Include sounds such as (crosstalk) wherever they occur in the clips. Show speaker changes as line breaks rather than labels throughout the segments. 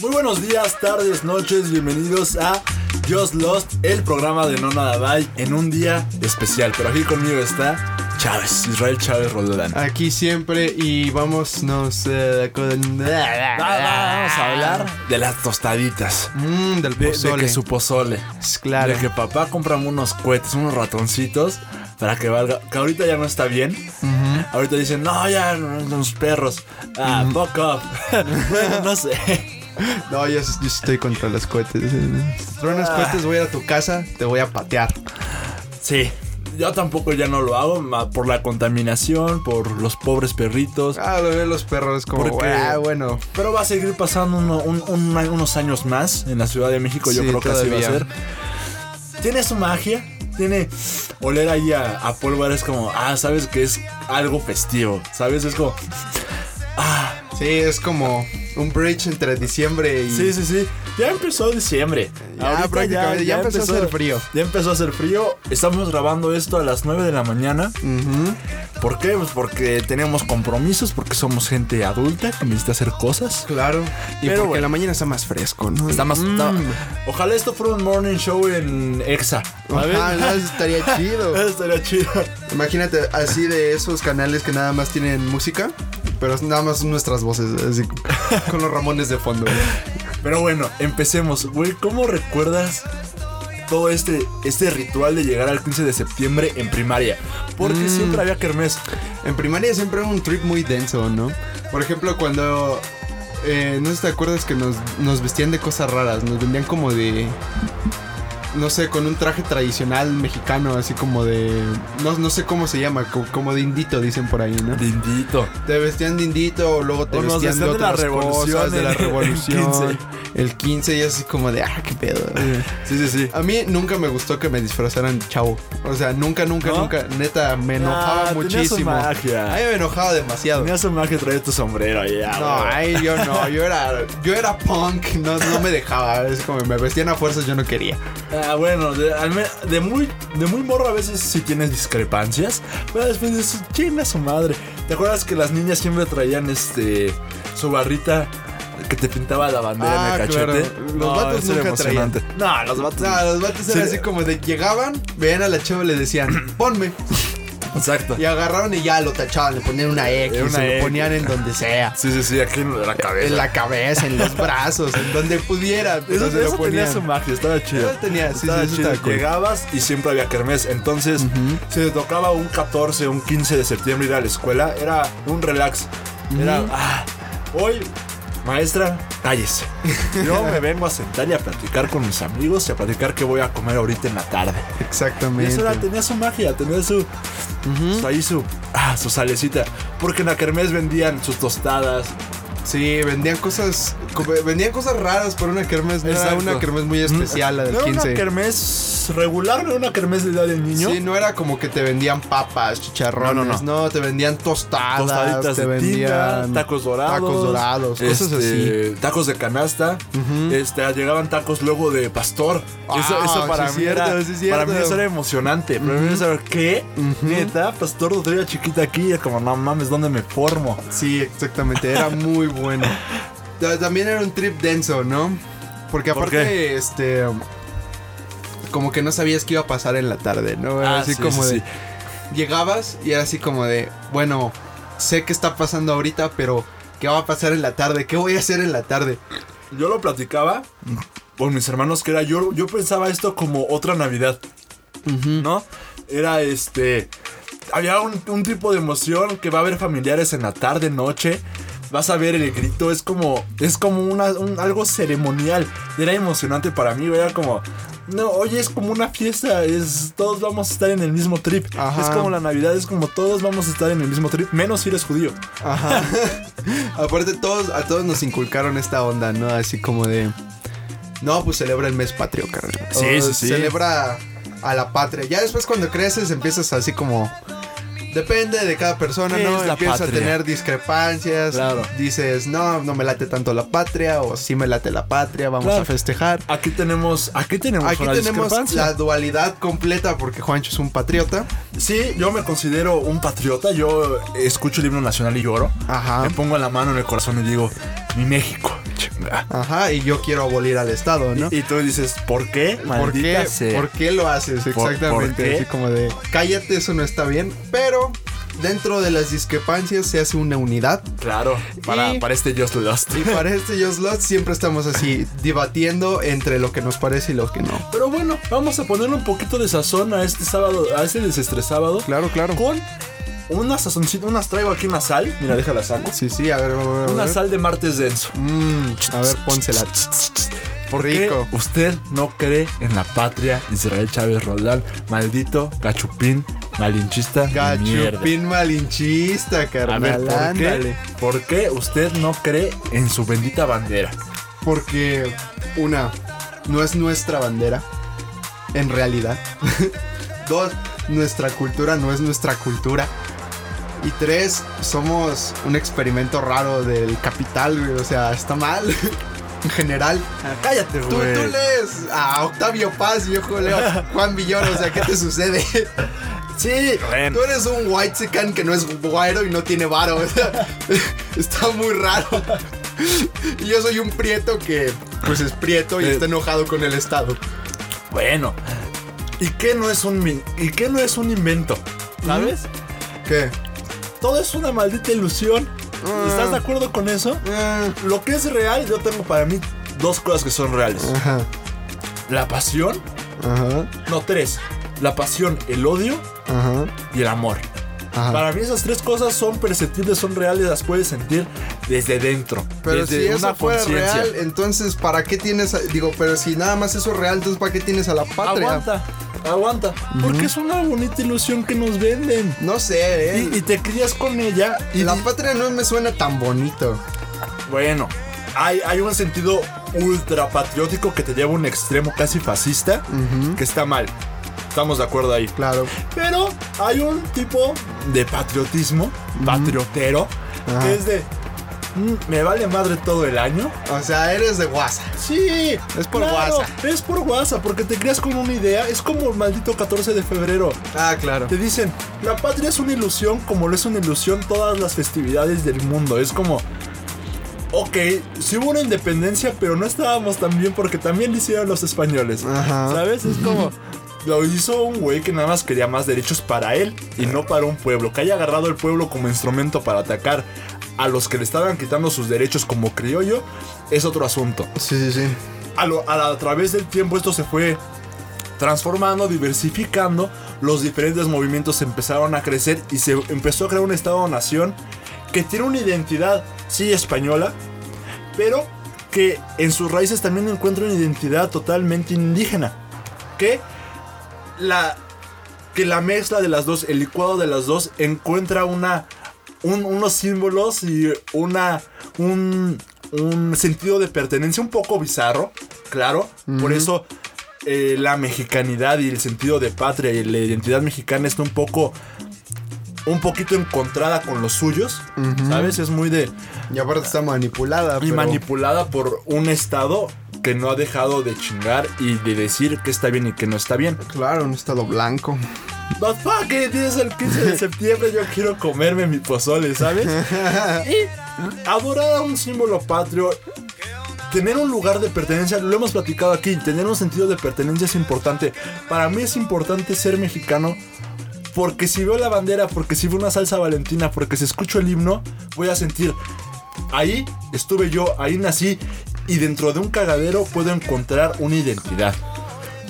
Muy buenos días, tardes, noches, bienvenidos a Just Lost, el programa de No Nada Bye en un día especial. Pero aquí conmigo está Chávez, Israel Chávez Roldán.
Aquí siempre y vámonos eh, con... ah,
Nada, vamos a hablar de las tostaditas.
Mm, del
De, de
pozole.
que su pozole.
Es claro.
De que papá compramos unos cohetes, unos ratoncitos para que valga. Que ahorita ya no está bien. Ahorita dicen, no, ya, no, no, los perros. Ah, fuck up. (laughs) Bueno, no sé.
No, yo, yo estoy contra los cohetes. Si truenas cohetes, voy a ir a tu casa, te voy a patear.
Sí. Yo tampoco ya no lo hago ma- por la contaminación, por los pobres perritos.
Ah, lo veo los perros como...
Porque-
Ah, bueno.
Pero va a seguir pasando uno- un- un- unos años más en la Ciudad de México. Yo
Sí,
creo que así va a
todavía.
ser. Tiene su magia. Tiene oler ahí a, a pólvora. Es como, ah, sabes que es algo festivo. Sabes, es como,
Sí, es como un bridge entre diciembre y...
Sí, sí, sí. Ya empezó diciembre.
Ya, prácticamente, ya empezó a hacer frío.
Ya empezó a hacer frío. Estamos grabando esto a las 9 de la mañana.
Ujú.
¿Por qué? Pues porque tenemos compromisos, porque somos gente adulta que necesita hacer cosas.
Claro. Y
Pero
porque
bueno.
la mañana está más fresco, ¿no?
Está más. está- Ojalá esto fuera un morning show en EXA. A ver.
Ah, no, eso estaría chido.
(laughs) Estaría chido.
Imagínate así de esos canales que nada más tienen música, pero es nada más son nuestras voces, así (laughs) con los ramones de fondo. güey.
Pero bueno, empecemos. Güey, ¿cómo recuerdas todo este, este ritual de llegar al 15 de septiembre en primaria? Porque siempre había kermés.
En primaria siempre era un trip muy denso, ¿no? Por ejemplo, cuando. eh, no sé si te acuerdas que nos, nos vestían de cosas raras, nos vendían como de. No sé, con un traje tradicional mexicano, así como de. No, no sé cómo se llama, co- como de indito, dicen por ahí, ¿no?
Lindito.
Te vestían de indito, o luego te
O nos
vestían de
vestían de la
otras
revolución
cosas, de la
(laughs) en- en
revolución.
15.
El 15 y así como de, ah, qué pedo.
Sí, sí, sí.
A mí nunca me gustó que me disfrazaran de chavo. O sea, nunca, nunca,
¿No?
nunca. Neta, me enojaba
Ah, tenía su
muchísimo. A mí
magia.
me enojaba demasiado.
Tenía su magia traer tu sombrero ya.
No,
güey.
ay, yo no, yo era, yo era punk, no, no me dejaba, es como me vestían a fuerzas, yo no quería.
Ah, bueno, de, al me- de muy de muy morro a veces sí tienes discrepancias, pero después dices, chinga su madre. ¿Te acuerdas que las niñas siempre traían este su barrita que te pintaba la bandera en el
Ah, claro.
cachete?
Los vatos
eso era
nunca traían.
emocionante. No, los vatos.
No, los vatos eran
Sí.
así como de llegaban, veían a la chava y le decían, ponme.
Exacto.
Y agarraron y ya lo tachaban, le ponían una X,
Una
se
X.
lo ponían en donde sea.
Sí, sí, sí, aquí en la cabeza.
En la cabeza,
(laughs)
en los brazos, en donde pudieran. pero
Eso,
se lo
eso tenía
ponían.
su magia, estaba chido.
Eso tenía, sí, sí,
Estaba
eso
chido.
estaba cool.
Llegabas y siempre había kermés. Entonces, si te tocaba un 14, un 15 de septiembre ir a la escuela, era un relax. Era, ah, hoy, maestra, (laughs) cállese. Yo me vengo a sentar y a platicar con mis amigos y a platicar qué voy a comer ahorita en la tarde. Y
Exactamente.
eso era, tenía su magia, tenía su, su- ahí su, ah, su salecita. Porque en la kermés vendían sus tostadas.
Sí, vendían cosas, como- vendían cosas raras por una kermés, no era
Exacto. Mm,
una kermés muy especial, la del
No era una
15.
kermés regular, no era una kermés de edad del niño.
Sí, no era como que te vendían papas,
No,
chicharrones, no,
no,
te vendían tostadas,
tostaditas
te
de
vendían
tinga, tacos dorados,
tacos dorados, cosas así.
este, Tacos de canasta, este, llegaban tacos luego de pastor.
Ah,
eso, eso para
sí
mí
es
era,
cierto, sí es
para
cierto.
mí eso era emocionante. Pero me saber qué, neta, pastor lo traía chiquita aquí, y era como no mames, ¿dónde me formo?
Sí, exactamente, era muy bueno. Ta- También era un trip denso, ¿no? Porque
¿Por
aparte,
qué?
este, como que no sabías qué iba a pasar en la tarde, ¿no? Era
Ah,
así
sí,
como
sí,
de,
sí.
llegabas y era así como de, bueno, sé qué está pasando ahorita, pero ¿qué va a pasar en la tarde? ¿Qué voy a hacer en la tarde?
Yo lo platicaba con mis hermanos que era yo yo pensaba esto como otra Navidad. ¿No? Era este había un, un tipo de emoción que va a haber familiares en la tarde, noche. Vas a ver el grito, es como es como una, un- algo ceremonial. Era emocionante para mí, era como no, oye, es como una fiesta, es todos vamos a estar en el mismo trip.
Ajá.
Es como la Navidad, es como todos vamos a estar en el mismo trip, menos si eres judío.
Ajá. (laughs) Aparte todos, a todos nos inculcaron esta onda, ¿no? Así como de, no, pues celebra el mes patrio, carnal.
Sí,
O
sí, sí.
Celebra a la patria. Ya después cuando creces empiezas así como... Depende de cada persona,
¿Qué
¿no?
es la
Empiezas
patria?
a tener discrepancias.
Claro.
Dices, no, no me late tanto la patria. O sí me late la patria, vamos
Claro.
a festejar.
Aquí tenemos, aquí tenemos
Aquí
una
tenemos
discrepancia.
la dualidad completa porque Juancho es un patriota.
Sí, yo me considero un patriota. Yo escucho eh, el himno nacional y lloro.
Ajá.
Me pongo la mano en el corazón y digo, mi México. (laughs) Chinga.
Ajá, y yo quiero abolir al Estado, ¿no?
Y, y tú dices, ¿por qué?
¿Por
Maldita
qué,
sea.
por qué lo haces?
por
Exactamente.
qué?
Así como de, cállate, eso no está bien. Pero dentro de las discrepancias se hace una unidad.
Claro, para,
Y-
para este Just Lost.
Y para este Just Lot siempre estamos así, debatiendo entre lo que nos parece y lo que no.
Pero bueno, vamos a ponerle un poquito de sazón a este sábado, a este desestresábado.
Claro, claro.
Con una sazoncita, unas traigo aquí una sal. Mira, déjala saco.
Sí, sí, a ver, a ver, a
Una
ver.
sal de martes denso.
Mm, a ver, pónsela.
¿Por qué
Rico.
usted no cree en la patria de Israel Chávez Roldán? Maldito gachupín, malinchista. de mierda.
Gachupín malinchista,
A
carnal.
ver, ¿por qué,
ándale.
¿por qué usted no cree en su bendita bandera?
Porque, una, no es nuestra bandera, en realidad. (laughs) Dos, nuestra cultura no es nuestra cultura. Y tres, somos un experimento raro del capital, güey. O sea, está mal. (laughs) En general,
cállate,
tú, tú lees a Octavio Paz y
(laughs)
yo leo a Juan Villoro. O sea, ¿qué te sucede?
Sí, bueno.
Tú eres un white que no es guairo y no tiene varo. o sea, (laughs) está muy raro. Y yo soy un prieto que, pues es prieto y
Eh.
está enojado con el Estado.
Bueno. ¿Y qué no es un min- y qué no es un invento? ¿Sabes?
Mm. ¿Qué?
Todo es una maldita ilusión.
Ah.
¿Estás de acuerdo con eso?
Eh.
Lo que es real, yo tengo para mí dos cosas que son reales.
Ajá,
La pasión,
ajá,
no tres. La pasión, el odio
ajá,
y el amor.
ajá.
Para mí esas tres cosas son perceptibles, son reales, las puedes sentir desde dentro.
Pero
desde
si eso fuera
conciencia.
real, eh, entonces ¿para qué tienes? a- digo, pero si nada más eso es real, entonces ¿para qué tienes a la patria?
Aguanta, aguanta. Porque es una bonita ilusión que nos venden.
No sé, eh.
Y, y te crías con ella y
la
di-
patria no me suena tan bonito.
Bueno, hay, hay un sentido ultra patriótico que te lleva a un extremo casi fascista que está mal. Estamos de acuerdo ahí.
Claro.
Pero hay un tipo de patriotismo, patriotero,
Ajá.
que es de. "Mm, Me vale madre todo el año.
O sea, eres de guasa.
Sí,
Es por WhatsApp.
Es por WhatsApp, porque te creas con una idea. Es como el maldito 14 de febrero.
Ah, claro.
Te dicen, la patria es una ilusión como lo es una ilusión todas las festividades del mundo. Es como, ok, sí hubo una independencia, pero no estábamos tan bien porque también lo hicieron los españoles.
Ajá.
¿Sabes? Es como, lo hizo un güey que nada más quería más derechos para él y no para un pueblo. Que haya agarrado el pueblo como instrumento para atacar a los que le estaban quitando sus derechos como criollo es otro asunto
Sí, sí, sí.
a, lo- a la- a través del tiempo esto se fue transformando, diversificando, los diferentes movimientos empezaron a crecer y se empezó a crear un Estado-nación que tiene una identidad, sí, española, pero que en sus raíces también encuentra una identidad totalmente indígena, que la, que la mezcla de las dos, el licuado de las dos, encuentra una, un- unos símbolos y una, un, un sentido de pertenencia un poco bizarro, claro. Por eso eh, la mexicanidad y el sentido de patria y la identidad mexicana está un poco... Un poquito encontrada con los suyos, ¿sabes? Es muy de...
Y aparte está manipulada.
Y
pero-
manipulada por un estado que no ha dejado de chingar y de decir que está bien y que no está bien.
Claro, un estado blanco.
But fuck it, es el 15 de septiembre, yo quiero comerme mi pozole, ¿sabes? Y adorar a un símbolo patrio, tener un lugar de pertenencia, lo hemos platicado aquí, tener un sentido de pertenencia es importante. Para mí es importante ser mexicano. Porque si veo la bandera, porque si veo una salsa valentina, porque si escucho el himno, voy a sentir, ahí estuve yo, ahí nací, y dentro de un cagadero puedo encontrar una identidad.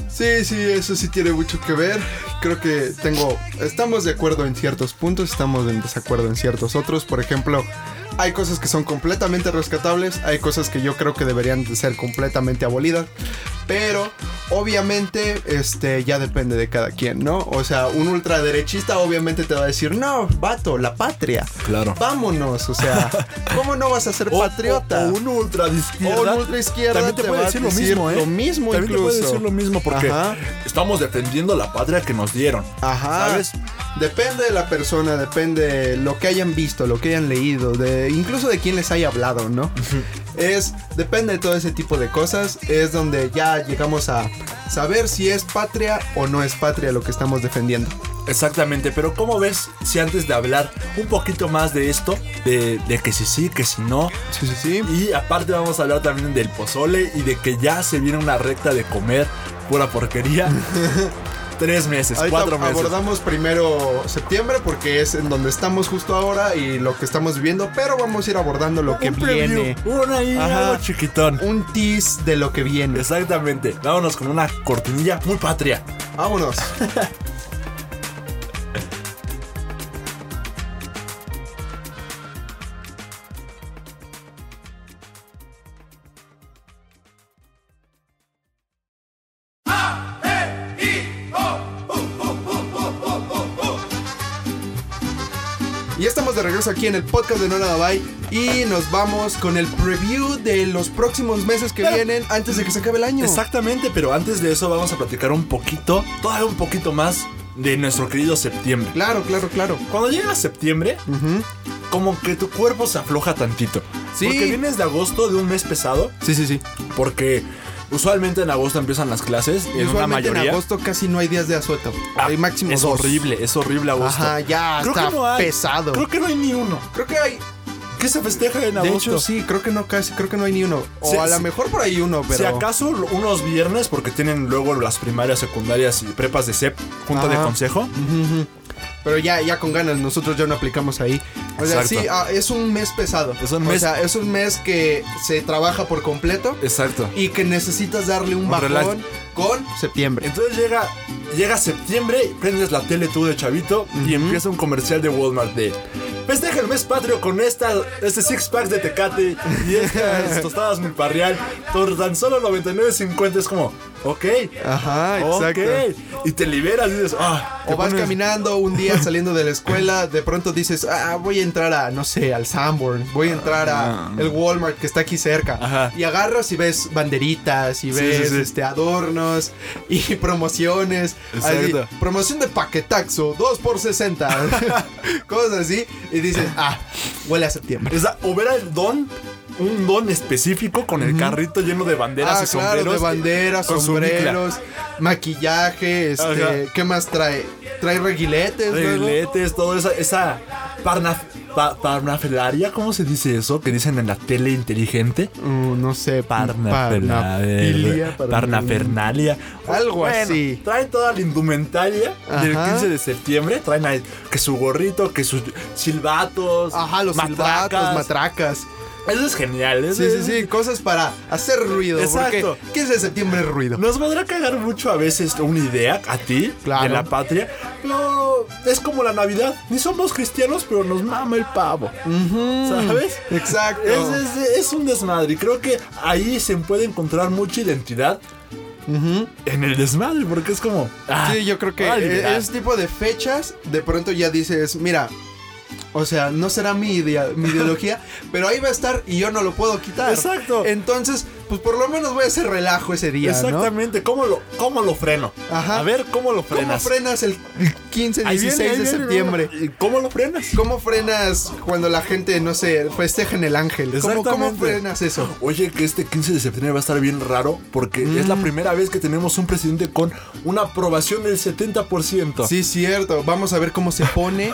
Sí, sí, eso sí tiene mucho que ver. Creo que tengo. Estamos de acuerdo en ciertos puntos, estamos en desacuerdo en ciertos otros. Por ejemplo, hay cosas que son completamente rescatables, hay cosas que yo creo que deberían de ser completamente abolidas. Pero, obviamente, este ya depende de cada quien, ¿no? O sea, un ultraderechista obviamente te va a decir, no, vato, la patria.
Claro.
Vámonos,
(laughs)
o sea, ¿cómo no vas a ser patriota?
O, o un ultra de izquierda.
O un ultra izquierda
También te,
te
puede
va a
decir lo
decir
mismo, ¿eh?
lo mismo
También te puede
incluso.
decir lo mismo porque
Ajá. Ah.
estamos defendiendo la patria que nos dieron.
Ajá.
¿Sabes?
Depende de la persona, depende lo que hayan visto, lo que hayan leído, de incluso de quién les haya hablado, ¿no? es depende de todo ese tipo de cosas, es donde ya llegamos a saber si es patria o no es patria lo que estamos defendiendo.
Exactamente, pero ¿cómo ves si antes de hablar un poquito más de esto, de, de que si sí, que si no,
Sí, sí, sí.
y aparte vamos a hablar también del pozole y de que ya se viene una recta de comer pura
(laughs)
porquería? Tres meses,
Ahorita
cuatro meses.
abordamos primero septiembre porque es en donde estamos justo ahora y lo que estamos viviendo, pero vamos a ir abordando lo que
Un preview,
viene.
un ahí,
Ajá.
algo chiquitón.
Un tease de lo que viene.
Exactamente, vámonos con una cortinilla muy patria.
Vámonos. Y estamos de regreso aquí en el podcast de No Nada Bye y nos vamos con el preview de los próximos meses que vienen antes de que se acabe el año.
Exactamente, pero antes de eso vamos a platicar un poquito, todavía un poquito más de nuestro querido septiembre.
Claro, claro, claro.
Cuando llega septiembre,
Ujú.
como que tu cuerpo se afloja tantito.
Sí.
Porque vienes de agosto, de un mes pesado,
Sí, sí, sí.
porque usualmente en agosto empiezan las clases, en una
Usualmente en
mayoría.
agosto casi no hay días de azueto.
Ah,
hay máximo
Es
dos.
horrible, es horrible agosto.
Ajá, ya
Creo
está
que no hay.
pesado.
Creo que no hay ni uno.
Creo que hay.
¿Qué se festeja en
De
agosto?
hecho, sí, creo que no casi, creo que no hay ni uno. O
Sí,
a lo
sí.
mejor por ahí uno, pero.
Si acaso unos viernes, porque tienen luego las primarias, secundarias y prepas de SEP, junta de
Ajá.
consejo.
Ujú, ujú. Pero ya, ya con ganas, nosotros ya no aplicamos ahí. O sea,
Exacto.
sí, ah, es un mes pesado.
Es un
O
mes-
sea, es un mes que se trabaja por completo
Exacto.
y que necesitas darle un,
Un
bajón
relax.
con septiembre.
Entonces llega, llega septiembre, prendes la tele tú de chavito y empieza un comercial de Walmart de festeja el mes patrio con esta, este six pack de tecate y
(laughs)
estas tostadas mil parrial por tan solo 99.50 es como, ok,
Ajá,
ok. Y te liberas y dices, ah, te
O vas
pones-
caminando
(laughs)
un día saliendo de la escuela, de pronto dices, ah, voy a entrar a, no sé, al Sanborn, voy a entrar a el Walmart que está aquí cerca.
Ah, Ajá.
Y agarras y ves banderitas, y
Sí,
ves
sí, sí.
este adornos y (laughs) promociones. Así,
Exacto.
promoción de paquetaxo, 2 por 60 (laughs) cosas así. Y dices, ah, huele a septiembre.
Esa- o ver al don, un don específico con el carrito lleno de banderas
Ah,
y
claro,
sombreros.
de banderas,
con su micla.
sombreros, maquillaje, este,
Ajá.
¿qué más trae? Trae reguiletes, luego.
Regletes, todo esa, esa parna- pa- parnafelaria, ¿cómo se dice eso? Que dicen en la tele inteligente.
Mm, no sé,
Parnafernalia.
parnafilia, parna-
Parnafernalia.
Algo así.
Traen toda la indumentaria del
Ajá.
15 de septiembre. Traen ahí que su gorrito, que sus silbatos.
Ajá, los
matracas.
silbatos, matracas.
Eso es genial. ¿eh? eso
Sí, sí,
es-
sí, cosas para hacer ruido.
Exacto.
Porque 15 de septiembre es ruido.
(laughs) Nos podrá cagar mucho a veces una idea a ti
Claro.
de la patria, pero es como la Navidad. Ni somos cristianos, pero nos mama el pavo. ¿Sabes?
Exacto.
Es, es- es un desmadre y creo que ahí se puede encontrar mucha identidad
Ujú.
en el desmadre, porque es como... ah,
Sí, yo creo que
ay,
e-
ah,
ese tipo de fechas, de pronto ya dices, mira, o sea, no será mi, idea, mi ideología,
(laughs)
pero ahí va a estar y yo no lo puedo quitar.
Exacto.
Entonces, pues por lo menos voy a hacer relajo ese día. ¿no?
Exactamente, ¿cómo, lo, ¿cómo lo freno?
Ajá.
A ver, ¿cómo lo
¿Cómo
frenas?
frenas el 15,
Ahí viene,
16
ahí
de
viene,
septiembre?
¿no? ¿Y ¿Cómo lo frenas?
¿Cómo frenas cuando la gente, no sé, festeja en el ángel? ¿Cómo, cómo
Exactamente.
frenas eso?
Oye, que este 15 de septiembre va a estar bien raro porque es
Mm.
la primera vez que tenemos un presidente con una aprobación del 70%.
Sí, cierto. Vamos a ver cómo se pone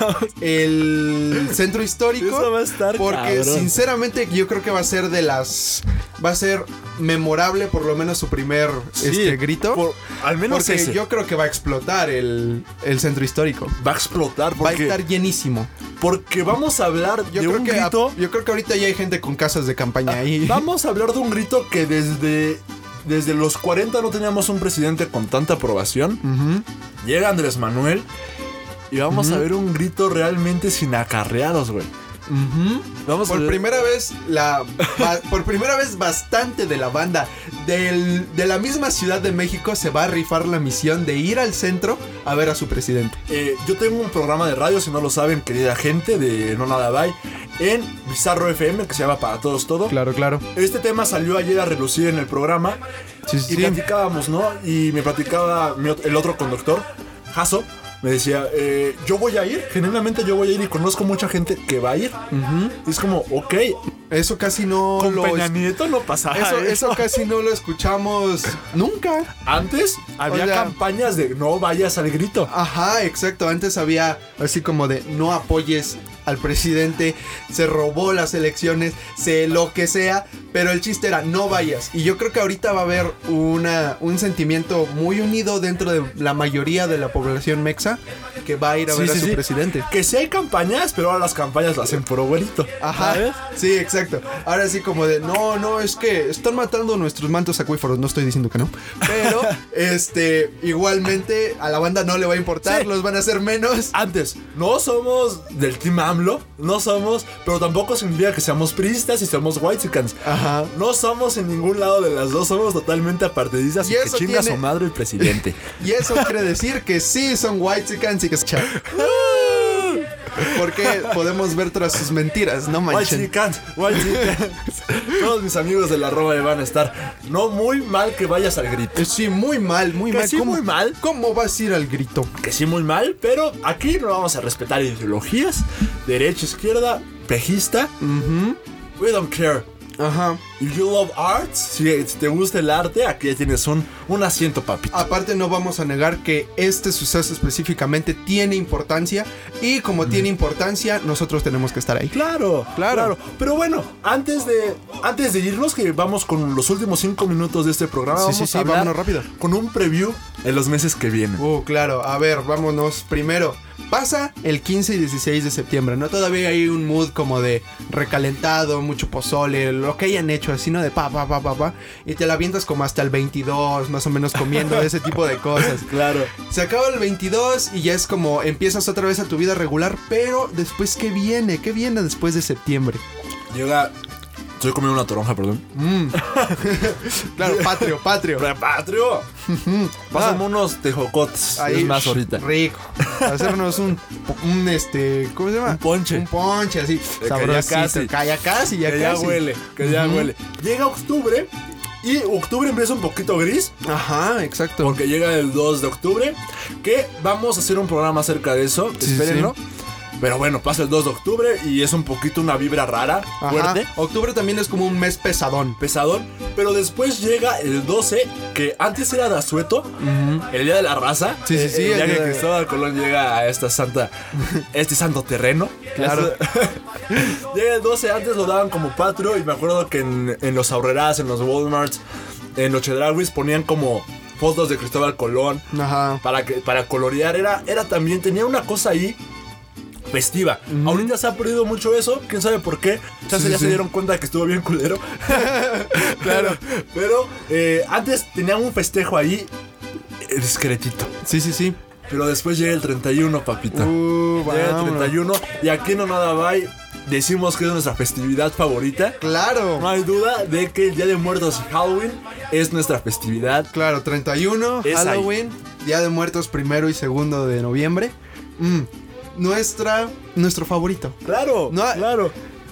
el centro histórico.
Eso va a estar
Porque
cabrón.
sinceramente yo creo que va a ser de las... Va a ser memorable por lo menos su primer
Sí,
este, grito.
por- al menos
porque
ese.
yo creo que va a explotar el, el centro histórico.
Va a explotar
Va a
porque,
estar llenísimo.
porque vamos a hablar
Yo
de
creo,
un
que, a- (laughs)
grito.
yo creo que ahorita ya hay gente con casas de campaña ahí.
Vamos a hablar de un grito que desde, desde los 40 no teníamos un presidente con tanta aprobación.
Ujú.
Llega Andrés Manuel y vamos a ver un grito realmente sin acarreados, güey.
Ujú.
Vamos a
Por
ver-
primera vez, la ba- (laughs) por primera vez bastante de la banda del- de la misma Ciudad de México se va a rifar la misión de ir al centro a ver a su presidente.
Eh, yo tengo un programa de radio, si no lo saben, querida gente de No Nada Bye, en Bizarro FM, que se llama Para Todos Todo.
Claro, claro.
Este tema salió ayer a relucir en el programa
Sí,
y
sí, sí.
platicábamos, ¿no? Y me platicaba mi ot- el otro conductor, Jaso, me decía, eh, yo voy a ir, genuinamente yo voy a ir y conozco mucha gente que va a ir. Y es como, ok,
Eso casi no
con
lo
Peña
es-
Nieto no pasaba
eso,
eso.
eso casi no lo escuchamos nunca.
Antes había
O sea-
campañas de no vayas al grito.
Ajá, exacto. Antes había así como de no apoyes al presidente, se robó las elecciones, se lo que sea, pero el chiste era no vayas. Y yo creo que ahorita va a haber una, un sentimiento muy unido dentro de la mayoría de la población mexa que va a ir a
Ah, Sí,
ver
sí,
a su
sí.
presidente.
Que sí hay campañas, pero ahora las campañas las hacen por güerito.
Ajá,
¿sabes?
sí, exacto. Ahora sí como de, no, no, es que están matando nuestros mantos acuíferos, no estoy diciendo que no.
(laughs)
Pero, este, igualmente a la banda no le va a importar,
Sí.
los van a hacer menos.
Antes, no somos del Team AMLO, no somos, pero tampoco significa que seamos priistas y seamos whitesicans.
Ajá.
No somos en ningún lado de las dos, somos totalmente apartidistas
Y
y, que
eso
chinga su
tiene-
madre el
(laughs)
presidente. (laughs)
Y eso quiere decir que sí son white y que es cha- Porque podemos ver tras sus mentiras, no manchen.
Whitesicans, whitesicans.
(laughs)
Todos mis amigos de la roba van a estar. No muy mal que vayas al grito.
Eh, Sí, muy mal, muy
Que
mal.
sí, muy mal.
¿Cómo vas a ir al grito?
Que sí, muy mal, pero aquí no vamos a respetar ideologías, derecha, izquierda, pejista. We don't care.
Ajá.
If you love art, si si te gusta el arte, aquí tienes un, un asiento, papi.
Aparte no vamos a negar que este suceso específicamente tiene importancia y como tiene importancia nosotros tenemos que estar ahí.
Claro,
Claro.
claro, Pero bueno, antes de, antes de irnos, que vamos con los últimos cinco minutos de este programa,
Sí,
vamos
sí, sí,
a hablar
vámonos rápido.
con un preview en los meses que vienen.
Uh, claro, a ver, vámonos primero. Pasa el 15 y 16 de septiembre, ¿no? Todavía hay un mood como de recalentado, mucho pozole, lo que hayan hecho, así, ¿no? De pa, pa, pa, pa, pa. Y te la avientas como hasta el 22, más o menos comiendo ese tipo
(laughs)
de cosas.
Claro.
Se acaba el 22 y ya es como empiezas otra vez a tu vida regular, pero después, ¿qué viene? ¿Qué viene después de septiembre?
Llega. Estoy comiendo una toronja, perdón.
Mm. (laughs) Claro, patrio,
(laughs)
patrio.
¡Repatrio! Pásame unos tejocotes. es más
sh,
ahorita.
Rico. Hacernos un, un este, ¿cómo se llama?
Un ponche.
Un ponche así.
ya
Sabrosito.
casi.
ca- ya casi, ya
que
casi.
ya huele, que ya
Ujú.
huele. Llega octubre y octubre empieza un poquito gris.
Ajá, exacto.
Porque llega el 2 de octubre. Que vamos a hacer un programa acerca de eso.
Sí, sí,
espérenlo. Pero bueno, pasa el 2 de octubre y es un poquito una vibra rara,
Ajá.
fuerte,
Octubre también es como un mes pesadón.
pesadón. Pero después llega el 12, que antes era de asueto, el día de la raza.
Sí, sí,
eh,
sí,
El día
el día
que
de-
Cristóbal Colón llega a esta
(laughs)
santa, este santo terreno.
Claro.
(laughs) llega el 12, antes lo daban como patrio. Y me acuerdo que en, en los ahorreras, en los Walmarts, en los Chedraguis ponían como fotos de Cristóbal Colón
Ajá.
para, que, para colorear. Era, era también, tenía una cosa ahí festiva. Ahorita se ha perdido mucho eso, quién sabe por qué. Chance
Sí,
ya
sí.
se dieron cuenta que estuvo bien
(laughs)
culero. claro, pero eh, antes tenían un festejo ahí eh, discretito.
Sí, sí, sí.
Pero después llega el 31, papita.
Uh,
llega el
vámonos.
31 y aquí en Nada Bay decimos que es nuestra festividad favorita.
Claro.
No hay duda de que el Día de Muertos y Halloween es nuestra festividad
Claro, 31,
Es ahí.
Halloween, Día de Muertos primero y segundo de noviembre. Mm, Nuestra, nuestro favorito.
Claro,
No,
claro.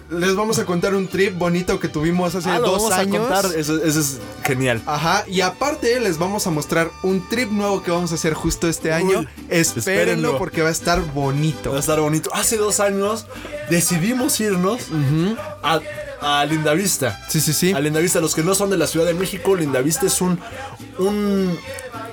Les vamos a contar un trip bonito que tuvimos hace
Ah, lo
dos
vamos a
años.
contar. Eso, eso es genial.
Ajá, y aparte les vamos a mostrar un trip nuevo que vamos a hacer justo este año.
Uy,
espérenlo,
espérenlo.
porque va a estar
Va a
bonito.
estar bonito. Hace dos años decidimos irnos a, a Lindavista.
Sí, sí, sí.
A Lindavista, los que no son de la Ciudad de México, Lindavista es un. un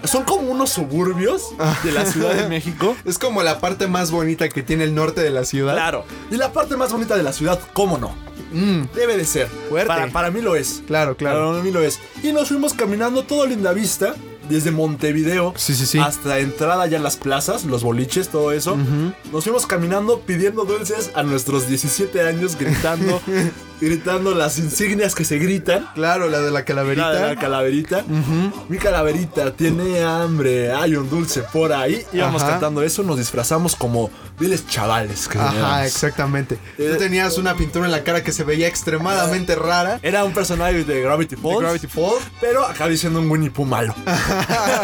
son como unos suburbios
Ah.
de la Ciudad
(laughs)
de México.
Es como la parte más bonita que tiene el norte de la ciudad.
Claro. Y la parte más bonita de la ciudad, ¿cómo no?
Mm,
Debe de ser.
Fuerte.
Para, para mí lo es.
claro, claro.
Para mí lo es. Y nos fuimos caminando todo Lindavista, desde Montevideo
Sí, sí, sí.
hasta entrada ya en las plazas, los boliches, todo eso. Nos fuimos caminando pidiendo dulces a nuestros 17 años,
(laughs)
gritando, gritando las insignias que se gritan.
Claro, la de la
La
calaverita.
de la calaverita. Mi calaverita tiene hambre. Hay un dulce por ahí. Íbamos
Ajá.
cantando eso. Nos disfrazamos como viles chavales. Que
Ajá,
teníamos.
exactamente. Tú
Eh,
tenías una pintura en la cara que se veía extremadamente rara.
Era un personaje de Gravity
de
Falls.
Gravity Ah, Falls.
Pero acá diciendo un Winnie Pooh malo.
(laughs)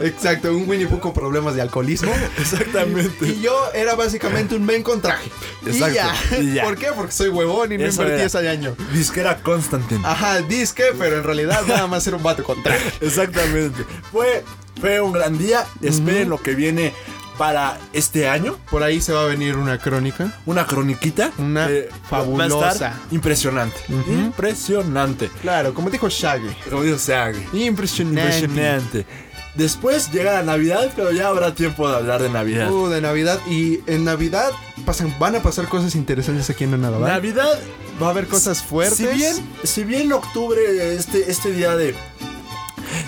Exacto, un Winnie Pooh con problemas
(laughs)
de alcoholismo. (laughs)
Exactamente.
Y yo era básicamente un men con traje.
Exacto,
Y ya.
y ya.
¿Por qué? Porque soy huevón y no
Eso
invertí
era.
ese año. Ah.
Disquera Constantine.
Ajá, disque, pero en realidad nada más era un vato con traje.
Exactamente. Fue, fue un gran día. Esperen lo que viene para este año.
Por ahí se va a venir una crónica.
Una croniquita.
Una
que
fabulosa.
va a estar impresionante.
Ujú.
Impresionante.
Claro, como dijo Shaggy.
Como digo, Shaggy.
Impresionante.
Impresionante. Después llega la Navidad, pero ya habrá tiempo de hablar de Navidad.
Uh, de Navidad. Y en Navidad pasan, van a pasar cosas interesantes aquí en Onada, ¿va?
Navidad,
Va a haber cosas fuertes.
si bien, si bien octubre, este, este día de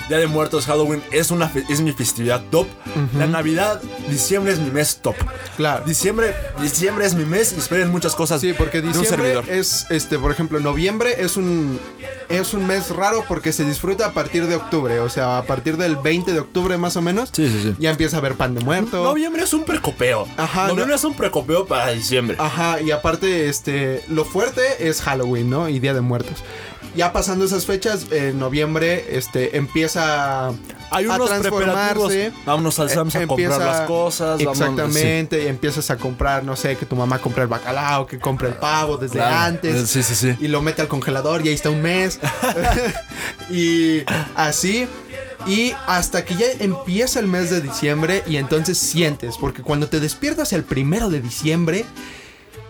Día de Muertos, Halloween, es, una, fe- es mi festividad top. La Navidad, diciembre es mi mes top.
Claro.
Diciembre, diciembre es mi mes y esperen muchas cosas
Sí, porque
de un
diciembre
servidor.
es, este, por ejemplo, noviembre es un es un mes raro porque se disfruta a partir de octubre, o sea, a partir del 20 de octubre más o menos.
Sí, sí, sí.
Ya empieza a haber pan de muerto.
Noviembre es un precopeo.
Ajá,
Noviembre
no-
es un precopeo para diciembre.
Ajá, y aparte, este, lo fuerte es Halloween, ¿no? Y Día de Muertos. Ya pasando esas fechas, en noviembre, este, empieza
Hay
a
unos preparativos.
transformarse. E,
Vámonos al Sam's a comprar las cosas. vámonos-
Exactamente, y empiezas a comprar, no sé, que tu mamá compra el bacalao, que compra el pavo desde
Claro.
antes.
Sí, sí, sí.
Y lo mete al congelador y ahí está
(laughs)
un mes. y así. Y hasta que ya empieza el mes de diciembre y entonces sientes, porque cuando te despiertas el primero de diciembre,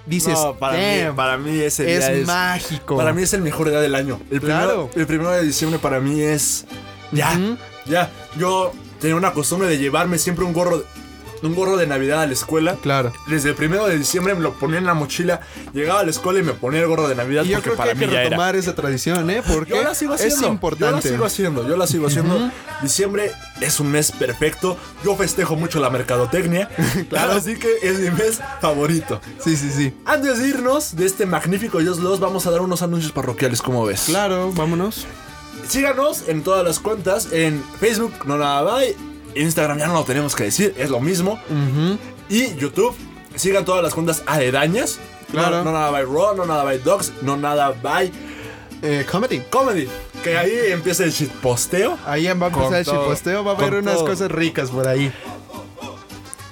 dices,
No, para mí,
"Damn,
para mí ese
es
día es
mágico.
Para mí es el mejor día del año. El primero,
Claro.
el primero de diciembre para mí es ya,
Ujú.
ya. Yo tenía una costumbre de llevarme siempre un gorro, un gorro de Navidad a la escuela.
Claro.
Desde el primero de diciembre me lo ponía en la mochila, llegaba a la escuela y me ponía el gorro de Navidad
Y yo
porque
creo que
para
hay
mí
que
ya era.
retomar esa tradición, ¿eh? Porque
Yo la sigo haciendo.
es importante.
Yo la sigo haciendo. Yo la sigo haciendo. Diciembre es un mes perfecto. Yo festejo mucho la
(laughs)
mercadotecnia. claro, así que es mi mes favorito.
Sí, sí, sí.
Antes de irnos de este magnífico Dios los vamos a dar unos anuncios parroquiales, como ves.
Claro, vámonos.
Síganos en todas las cuentas, en Facebook, no nada bye, Instagram ya no lo tenemos que decir, es lo mismo,
Ujú.
y YouTube. Sigan todas las cuentas aledañas.
Claro.
No, no nada by Raw, no nada by Dogs, no nada by
Eh, comedy.
Comedy. Que ahí empieza el shitposteo.
Ahí va a empezar
Con
el
todo,
chiposteo, va a haber
con
unas
todo.
cosas ricas por ahí.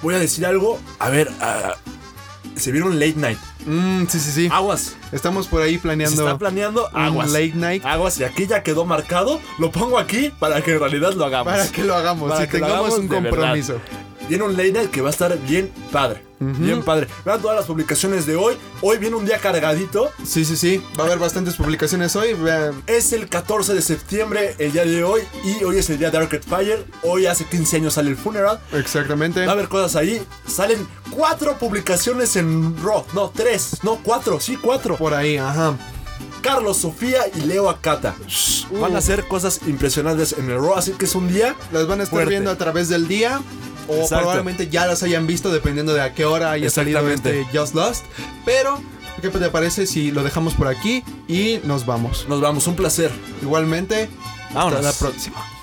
Voy a decir algo. A ver, ah, se viene un late night.
Mm, sí, sí, sí.
Aguas.
(laughs) Estamos por
Ah.
ahí
Se
planeando.
está planeando
un
aguas.
late night.
Aguas. Y aquí ya quedó marcado. Lo pongo aquí para que en realidad lo hagamos.
Para que lo hagamos,
Pues, Para
si
que lo
tengamos
hagamos
un
de verdad.
compromiso.
Viene un late night que va a estar bien padre. Bien padre. Vean todas las publicaciones de hoy. Hoy viene un día cargadito.
Sí, sí, sí. Va a haber bastantes publicaciones hoy. vean.
Es el 14 de septiembre, el día de hoy. Y hoy es el día de Arcade Fire. Hoy hace 15 años sale el funeral.
Exactamente.
Va a haber cosas ahí. Salen cuatro publicaciones en Raw. No, tres. No, cuatro. Sí, cuatro.
Por ahí, ajá.
Carlos, Sofía y Leo Akata. Van
Uh.
a hacer cosas impresionantes en el Raw. Así que es un día.
Las van a estar
fuerte.
viendo a través del día. O
Exacto.
probablemente ya las hayan visto dependiendo de a qué hora haya salido
Exactamente.
este Just Lost. Pero, ¿qué te parece si lo dejamos por aquí y nos vamos?
Nos vamos. Un placer.
Igualmente,
Vámonos.
hasta la próxima.